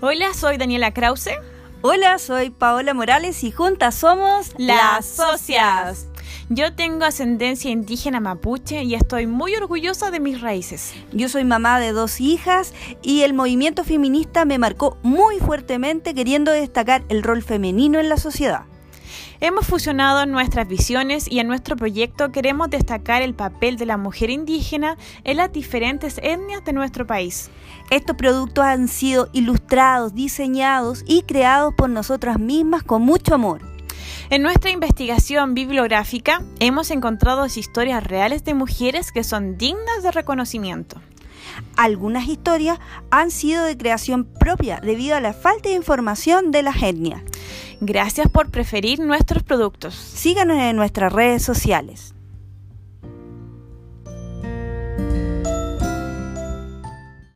Hola, soy Daniela Krause. Hola, soy Paola Morales y juntas somos Yo tengo ascendencia indígena mapuche y estoy muy orgullosa de mis raíces. Yo soy mamá de dos hijas y el movimiento feminista me marcó muy fuertemente queriendo destacar el rol femenino en la sociedad. Hemos fusionado nuestras visiones y en nuestro proyecto queremos destacar el papel de la mujer indígena en las diferentes etnias de nuestro país. Estos productos han sido ilustrados, diseñados y creados por nosotras mismas con mucho amor. En nuestra investigación bibliográfica hemos encontrado historias reales de mujeres que son dignas de reconocimiento. Algunas historias han sido de creación propia debido a la falta de información de las etnias. Gracias por preferir nuestros productos. Síganos en nuestras redes sociales.